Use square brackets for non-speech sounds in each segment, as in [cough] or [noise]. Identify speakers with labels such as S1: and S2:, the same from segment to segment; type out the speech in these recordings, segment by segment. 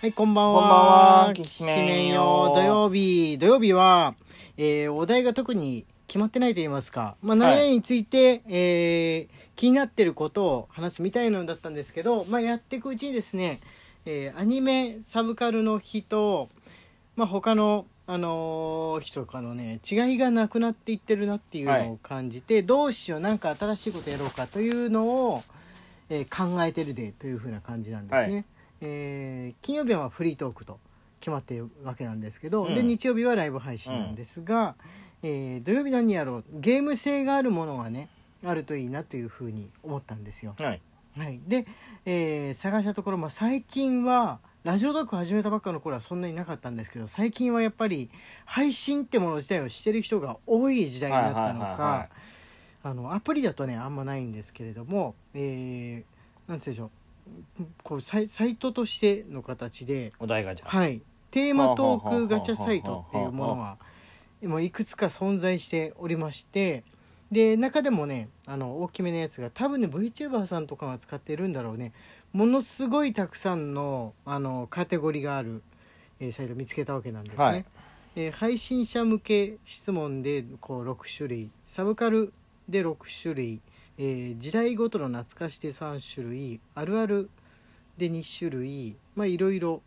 S1: はい、こんばんは。
S2: こんばんは
S1: き
S2: き
S1: し
S2: し
S1: め
S2: め
S1: ん
S2: ん
S1: よ
S2: よ。
S1: 土曜日、土曜日は、えーお題が特に決まってないと言いますか、まあ、
S2: はい
S1: 何々について、えー気になってることを話すみたいなのだったんですけど、まあ、やっていくうちにですね、えーアニメサブカルの日と、まあ、他の、あのー日とかのね、違いがなくなっていってるなっていうのを感じて、どうしよう、なんか新しいことやろうかというのを、えー考えてるでというふうな感じなんですね。
S2: はい
S1: えー金曜日はフリートークと決まっているわけなんですけど、
S2: うん
S1: で日曜日はライブ配信なんですが、えー土曜日何やろうゲーム性があるものがねあるといいなというふうに思ったんですよ。
S2: はい。
S1: はい、で、えー探したところ、まあ、最近はラジオトーク始めたばっかの頃はそんなになかったんですけど最近はやっぱり配信ってもの自体をしてる人が多い時代になった
S2: は
S1: の
S2: いはいはいは
S1: か
S2: い
S1: あのアプリだとねあんまないんですけれども、えー、なんて言うんでしょうこうサイサイトとしての形で、
S2: お題がじゃあ。
S1: はい、テーマト
S2: は
S1: ー
S2: あはあはあはあは
S1: ク
S2: あ
S1: ガチャサイトっていうものはもういくつか存在しておりましてで中でもねあの大きめのやつが多分ね VTuber さんとかが使ってるんだろうねものすごいたくさんのあのカテゴリーがある、えーサイトを見つけたわけなんですね。
S2: はい
S1: えー配信者向け質問でこう6種類サブカルで6種類、えー時代ごとの懐かしで3種類あるあるで2種類まあいろいろ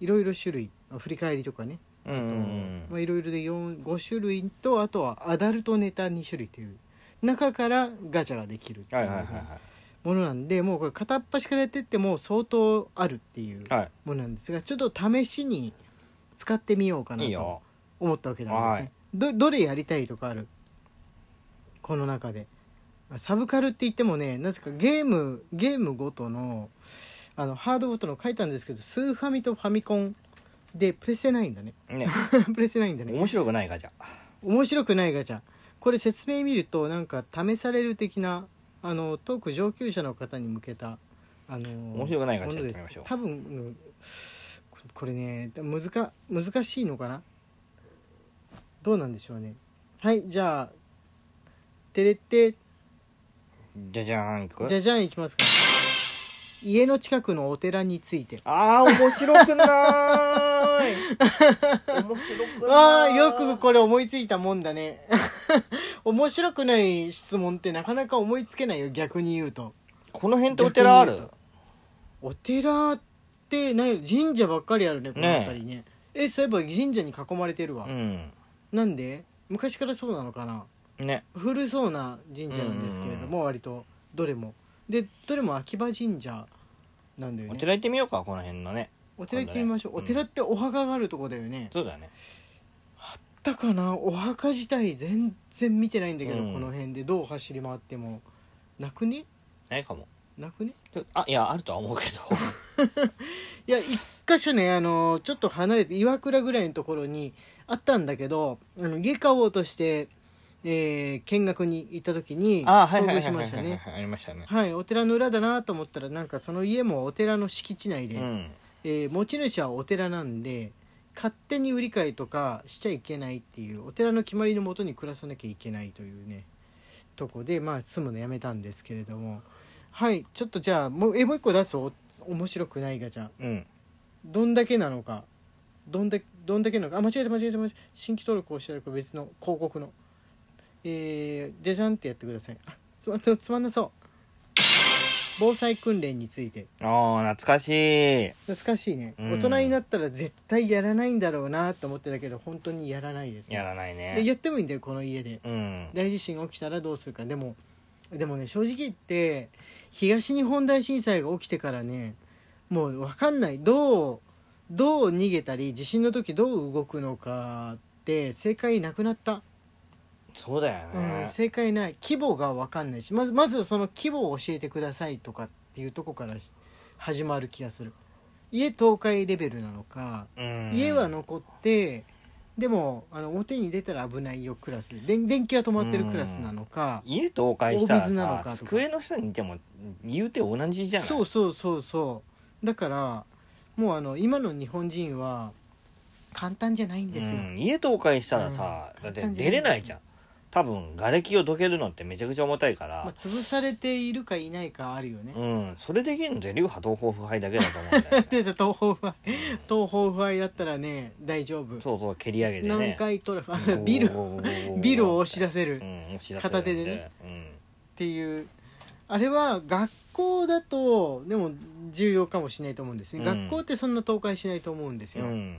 S1: いろいろ種類まあ振り返りとかね
S2: うんうん
S1: まあいろいろで4 5種類とあとはアダルトネタ2種類という中からガチャができるって
S2: うん。はいいうはいはい
S1: ものなんでもうこれ片っ端からやってっても相当あるっていう
S2: はい。は。
S1: ものなんですがちょっと試しに使ってみようかない
S2: いい
S1: と
S2: よ。
S1: 思ったわけなんですね。どどれやりたいとかあるこの中でサブカルって言ってもねなぜかゲームゲームごとのあのハードごとの書いたんですけどスーファミとファミコンでプレステないんだね [laughs]
S2: [laughs] ね。
S1: プレステないんだね
S2: 面白くないがじゃあ。
S1: 面白くないガチャこれ説明見るとなんか試される的なあのトーク上級者の方に向けたあの面
S2: 白くないガチャやってみましょう
S1: 多分、うんここれねむずか難しいのかなどうなんでしょうねはいじゃあてれって
S2: じゃじゃーんいく
S1: じゃじゃんいきますか家の近くのお寺について
S2: あー、面白くな [laughs] ーい。面白くない。
S1: ああよくこれ思いついたもんだね [laughs] 面白くない質問ってなかなか思いつけないよ逆に言うと
S2: この辺ってお寺ある
S1: 逆お寺ってない神社ばっかりあるねこの辺りねえそういえば神社に囲まれてるわ、
S2: うん。
S1: なんで昔からそうなのかな
S2: ね。
S1: 古そうな神社なんですけれど
S2: うんうん
S1: も、割とどれもでどれも秋葉神社なんだよね
S2: お寺行ってみようか、この辺のね。
S1: お寺行ってみましょう、
S2: 今
S1: お
S2: 度ね
S1: 寺ってお墓があるとこだよね、
S2: そうだね。
S1: だったかなお墓自体全然見てないんだけど、
S2: うん
S1: この辺でどう走り回ってもなくね
S2: ないかも。
S1: なくね
S2: ちょあ、いや、あるとは思うけど。
S1: いや一箇所ねあのちょっと離れて岩倉ぐらいのところにあったんだけどあの家買おうとして、えー見学に行った時に
S2: [laughs] あー、は
S1: 遭
S2: いはい
S1: 遇
S2: はい
S1: し
S2: は
S1: ま
S2: い
S1: し
S2: は
S1: た
S2: いはい
S1: ね
S2: はい。ありましたね。
S1: はいお寺の裏だなと思ったらなんかその家もお寺の敷地内で、
S2: うん。
S1: えー持ち主はお寺なんで勝手に売り買いとかしちゃいけないっていうお寺の決まりのもとに暮らさなきゃいけないというねとこでまあ住むのやめたんですけれどもはいちょっとじゃあもうえもう一個出すお面白くないガチャ
S2: うん。
S1: どんだけなのかどんだどんだけなのかあ間違えた間違えた間違えた新規登録をしてあるか別の広告のえー、じゃじゃんってやってくださいあつまつつまんなそう防災訓練について
S2: あー、懐かしい。
S1: 懐かしいね、
S2: うん
S1: 大人になったら絶対やらないんだろうなと思ってたけど本当にやらないですね
S2: やらないね。
S1: でやってもいいんだよこの家で
S2: うん。
S1: 大地震が起きたらどうするかでもでもね正直言って東日本大震災が起きてからねもう分かんないどうどう逃げたり地震の時どう動くのかって正解なくなった、
S2: そうだよ
S1: うん、
S2: ね。
S1: 正解ない規模が分かんないしまずまずその規模を教えてくださいとかっていうとこからし始まる気がする家倒壊レベルなのか
S2: うん
S1: 家は残ってでもあの表に出たら危ないよクラスで電気が止まってるクラスなのか、
S2: 家倒壊したら
S1: 大水なのか
S2: さ
S1: とか
S2: 机の下にいても言うて同じじゃない
S1: そうそうそうそうだからもうあの今の日本人は簡単じゃないんですよ、
S2: うん、家倒壊したらさ、
S1: うん
S2: だって出れないじゃん
S3: 多分瓦礫をどけるのってめちゃくちゃ重たいか
S1: まあ、
S3: ら、
S1: 潰されているかいないかあるよね、
S3: うんそれできるのって流派東方腐敗だけだと思うんだよ
S1: [laughs]
S3: ね
S1: 出た東方不敗東方不敗だったらね大丈夫、
S3: そうそう蹴り上げてね
S1: 何回取ればビルをビルを押し出せる
S3: う
S1: っ
S3: ん押し出せるん
S1: 片手でね
S3: うん
S1: ていうあれは学校だとでも重要かもしれないと思うんですね、
S3: うん
S1: 学校ってそんな倒壊しないと思うんです
S3: う
S1: よ、
S3: ん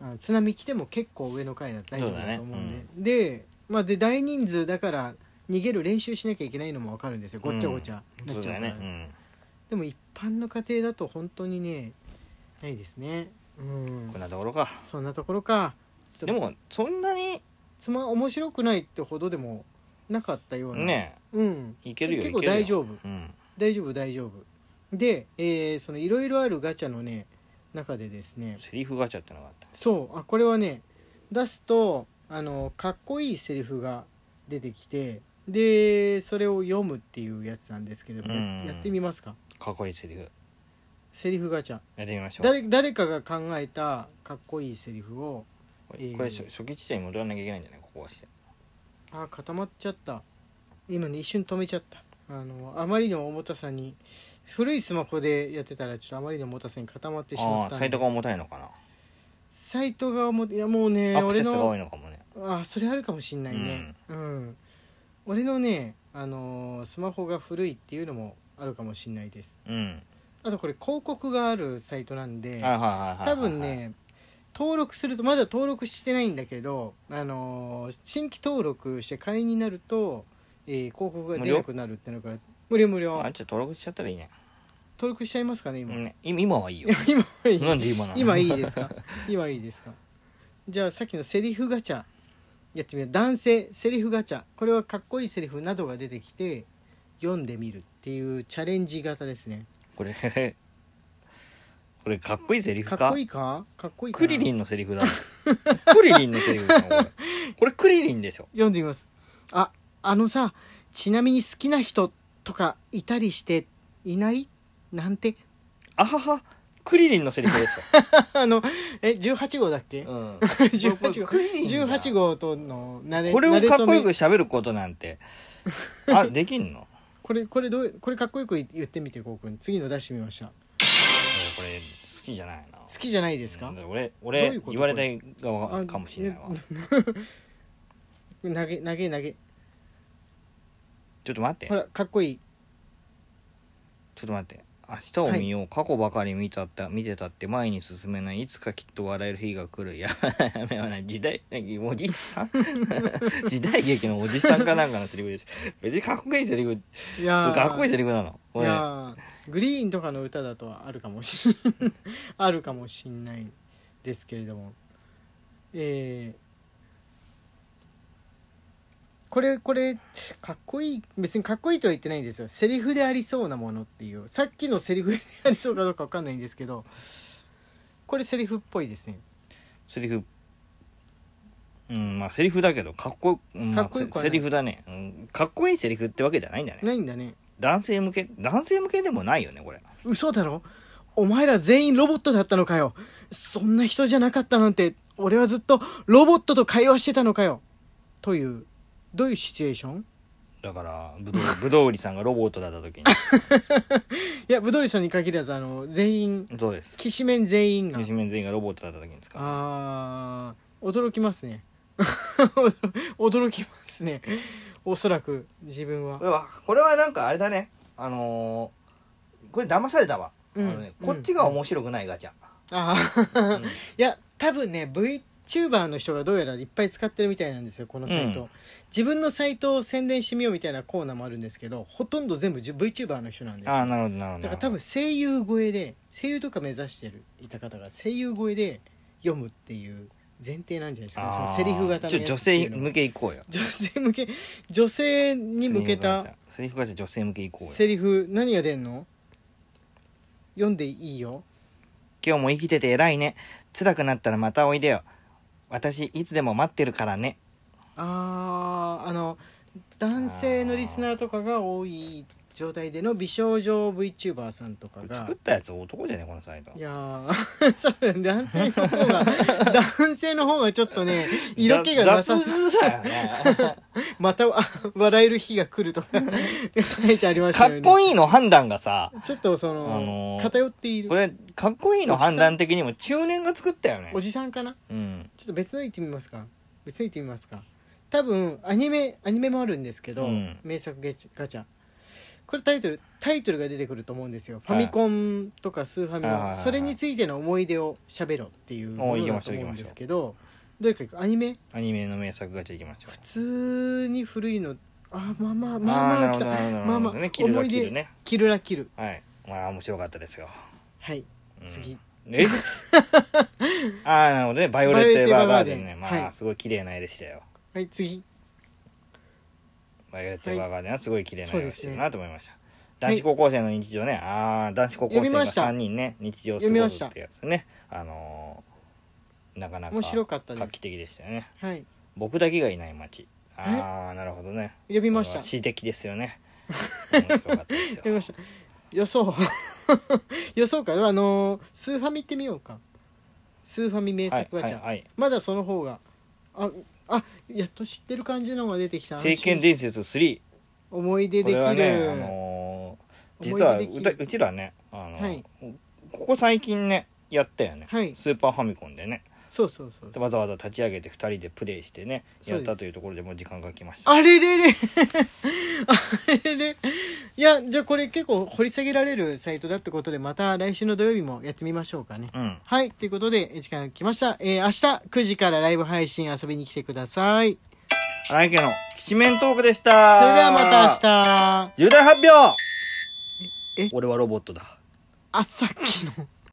S1: あの津波来ても結構上の階だと大丈夫だと思
S3: そう
S1: うんで、
S3: だね
S1: で,、まあ、で大人数だから逃げる練習しなきゃいけないのも分かるんですよごっちゃごちゃな
S3: そ
S1: っ
S3: う
S1: ちゃ
S3: だ
S1: うか
S3: よ
S1: ら、
S3: ねうん
S1: でも一般の家庭だと本当にねないですねうん
S3: こんなところか
S1: そんなところかちょっと
S3: でもそんなに
S1: つま面白くないってほどでもなかったような
S3: ね
S1: うん
S3: いけるよ
S1: 結構
S3: いけるよ
S1: 大丈夫
S3: うん
S1: 大丈夫大丈夫で、えーそのいろいろあるガチャのね中でですね
S3: セリフガチャってのがあった
S1: そうあこれはね出すとあのかっこいいセリフが出てきてでそれを読むっていうやつなんですけれども、
S3: うん
S1: やってみますか
S3: かっこいいセリフ
S1: セリフガチャ
S3: やってみましょう
S1: 誰誰かが考えたかっこいいセリフを
S3: こ
S1: え
S3: れ
S1: ー
S3: これ初初期地点に戻らなきゃいけないんじゃないここはして
S1: あー固まっちゃった今ね一瞬止めちゃったあのあまりの重たさに古いスマホでやってたらちょっとあまりの重たさに固まってしま
S3: あ
S1: っ
S3: あー
S1: たんで
S3: サイトが重たいのかな
S1: サイトがもいやもうね
S3: アク
S1: 俺
S3: セスが多
S1: の
S3: いのかもね
S1: あそれあるかもしんないねうん、俺のねあのースマホが古いっていうのもあるかもしんないです
S3: うん
S1: あとこれ広告があるサイトなんで
S3: はいはいはいはいはい
S1: 多分ね登録するとまだ登録してないんだけど、あのー新規登録して会員になると、えー広告が出なくなるってのが無料無料
S3: あじゃあ登録しちゃったらいいね
S1: 登録しちゃいますかね今、
S3: うんね今今はいいよ
S1: [laughs] 今いい
S3: なんで今なの
S1: 今いいです
S3: [laughs]
S1: か今いいですかじゃあさっきのセリフガチャやってみよう男性セリフガチャこれはかっこいいセリフなどが出てきて読んでみるっていうチャレンジ型ですね
S3: これ [laughs] これかっこいいセリフ
S1: か
S3: か
S1: っこいいかかっこいいか
S3: ク
S1: な
S3: リリンのセリフだクリリンのセリフだ
S1: [laughs]
S3: これこれクリリンでしょ
S1: 読んでみますああのさちなみに好きな人とかいたりしていないなんて [laughs]
S3: あははクリリンのセリフです
S1: あのえ18号だっ [laughs] け、
S3: よ、うん、
S1: 18号
S3: クリリンじゃん
S1: 18号とのなれ
S3: これを
S1: なれ
S3: かっ
S1: そ
S3: こ
S1: め
S3: よく喋ることなんてあでき
S1: [laughs]
S3: んのこ
S1: これこれどうこれかっこよく言ってみてこうくん次の出してみました
S3: れ好きじゃないな
S1: 好きじゃないですか、
S3: うん俺
S1: どういう
S3: 俺
S1: こと
S3: 言われたい側
S1: あ
S3: かもしれないわ
S1: ね投げ投げ投げ
S3: ちょっと待ってち
S1: ほ
S3: ょっ
S1: らかっこいい
S3: と待って明日を見よう、過去ばかり見たった見てたって前に進めないいつかきっと笑える日が来るやや
S1: [laughs]
S3: めような時代劇おじいさん時代劇のおじさんかなんかのセリフでしょ別にかっこいいセリフ
S1: いやー
S3: かっこいいセリフなのこ
S1: い
S3: れ
S1: やーグリーンとかの歌だとはあるかもしん [laughs] あるかもしんないですけれどもえーこれこれかっこいい別にかっこいいとは言ってないんですよセリフでありそうなものっていうさっきのセリフでありそうかどうかわかんないんですけどこれセリフっぽいですね
S3: セリフうんまあセリフだけどかっこ,、うんまあ
S1: かっこよくはな
S3: セ
S1: い
S3: リフだね、うん、かっこいいセリフってわけじゃないんだね
S1: ないんだね
S3: 男性向け男性向けでもないよねこれ
S1: 嘘だろお前ら全員ロボットだったのかよそんな人じゃなかったなんて俺はずっとロボットと会話してたのかよというどういうシチュエーション
S3: だからぶどう [laughs] ぶどう売りさんがロボットだった時に
S1: いやブドリさんに限らずあの全員
S3: そうです
S1: きしめん全員が
S3: 西面全員がロボットだった時に使う
S1: あー驚きますね [laughs] 驚きますねおそらく自分は
S3: これはこれはなんかあれだねあのーこれ騙されたわ、
S1: うん
S3: あのね、こっちが面白くないガチャ、
S1: あー
S3: うん
S1: [laughs] いや多分ね VTuber の人がどうやらいっぱい使ってるみたいなんですよこのサイト、
S3: うん
S1: 自分のサイトを宣伝してみようみたいなコーナーもあるんですけどほとんど全部じゅ VTuber の人なんですよ
S3: ああ
S1: だ
S3: なるほどなるほど
S1: から多分声優超えで声優とか目指してるいた方が声優超えで読むっていう前提なんじゃないですかねそのセリフ型
S3: ち
S1: の
S3: ょ
S1: や
S3: 女
S1: つってい
S3: 性
S1: うのは
S3: 向け行こうよ
S1: 女性向け女性に向けた
S3: セリフガチャ女性向け行こうよ
S1: セリフ何が出んの読んでいいよ
S3: 今日も生きてて偉いね辛くなったらまたおいでよ私いつでも待ってるからね
S1: あーあの男性のリスナーとかが多い状態での美少女 VTuber さんとか
S3: これ
S1: が
S3: 作ったやつ男じゃねこのサイト
S1: いやー [laughs] そう男性の
S3: [laughs]
S1: 方が男性の方がちょっとね色気がなさ
S3: 雑
S1: そう
S3: 雑だよ
S1: [laughs]
S3: ね
S1: またあ笑える日が来るとか [laughs] 書いてありまし
S3: か
S1: たよ
S3: っ
S1: ね
S3: こいいの判断がさ
S1: ちょっとその、
S3: あのー
S1: 偏っている
S3: これかっこいいの判断的にも中年が作ったよね
S1: おじさんかな
S3: うん
S1: ちょっと別の言ってみますか別の言ってみますか多分アニメアニメもあるんですけど、
S3: うん
S1: 名作ゲチガチャこれタイトルタイトルが出てくると思うんですよ、
S3: はい
S1: ファミコンとかスーファミ
S3: はいはいはいは
S1: の
S3: い
S1: それについての思い出を喋ろうっていうものだと思うんですけどどれかいくアニメ
S3: アニメの名作ガチャいきましょう
S1: 普通に古いのあまあまあまあ
S3: あー
S1: ま
S3: な
S1: あ
S3: る
S1: 来
S3: ほど
S1: た
S3: なるほどなるほど
S1: まあまあ
S3: ねキル
S1: 思
S3: が
S1: い
S3: キ
S1: 出
S3: ルね
S1: キルラキル
S3: はいまあ面白かったですよ、
S1: はい
S3: うん
S1: 次
S3: え
S1: [laughs]
S3: ああなるほどねバイオレット・エヴァーガーデンね
S1: バイオレットエヴァーガーデン
S3: ま
S1: は
S3: あ
S1: い
S3: すごい綺麗な絵でしたよ
S1: はい次
S3: バイオレット・エヴァーガーデンはすごい綺麗な絵をしてるなと思いました、
S1: い
S3: 男子高校生の日常ねああ男子高校生
S1: 読み
S3: が
S1: ました
S3: 3人ね日常を過
S1: 読み
S3: ご
S1: ますし
S3: ったてやつねあのーなかなか
S1: 面白かったです
S3: 画期的でしたよね
S1: はい
S3: 僕だけがいない街ああなるほどね
S1: 呼びまし
S3: これ
S1: た
S3: は恣意的ですよ
S1: [laughs]
S3: ね面白かったですよ
S1: やりました予想予想かあのースーファミ行ってみようかスーファミ名作ガチャ、
S3: はいはい
S1: まだその方がああやっと知ってる感じのが出てきた
S3: はい、聖剣伝説3
S1: 思い出
S3: こ
S1: でき
S3: れ
S1: る、
S3: はね、あのー実は
S1: 思い出できる
S3: うたうちらね、あのー
S1: はい
S3: ここ最近ねやったよね、
S1: はい
S3: スーパーファミコンでね
S1: そうそうそうそう
S3: わざわざ立ち上げて2人でプレイしてね
S1: そう
S3: やっ
S1: です
S3: たというところでもう時間が来ました
S1: あれれれ [laughs] あれれいやじゃあこれ結構掘り下げられるサイトだってことでまた来週の土曜日もやってみましょうかね
S3: うん
S1: はいということでえ時間が来ました、えー明日9時からライブ配信遊びに来てください
S3: 荒井家のきしめんトークでした
S1: それではまた明日
S3: 重大発表
S1: ええ
S3: 俺はロボットだ
S1: あさっきの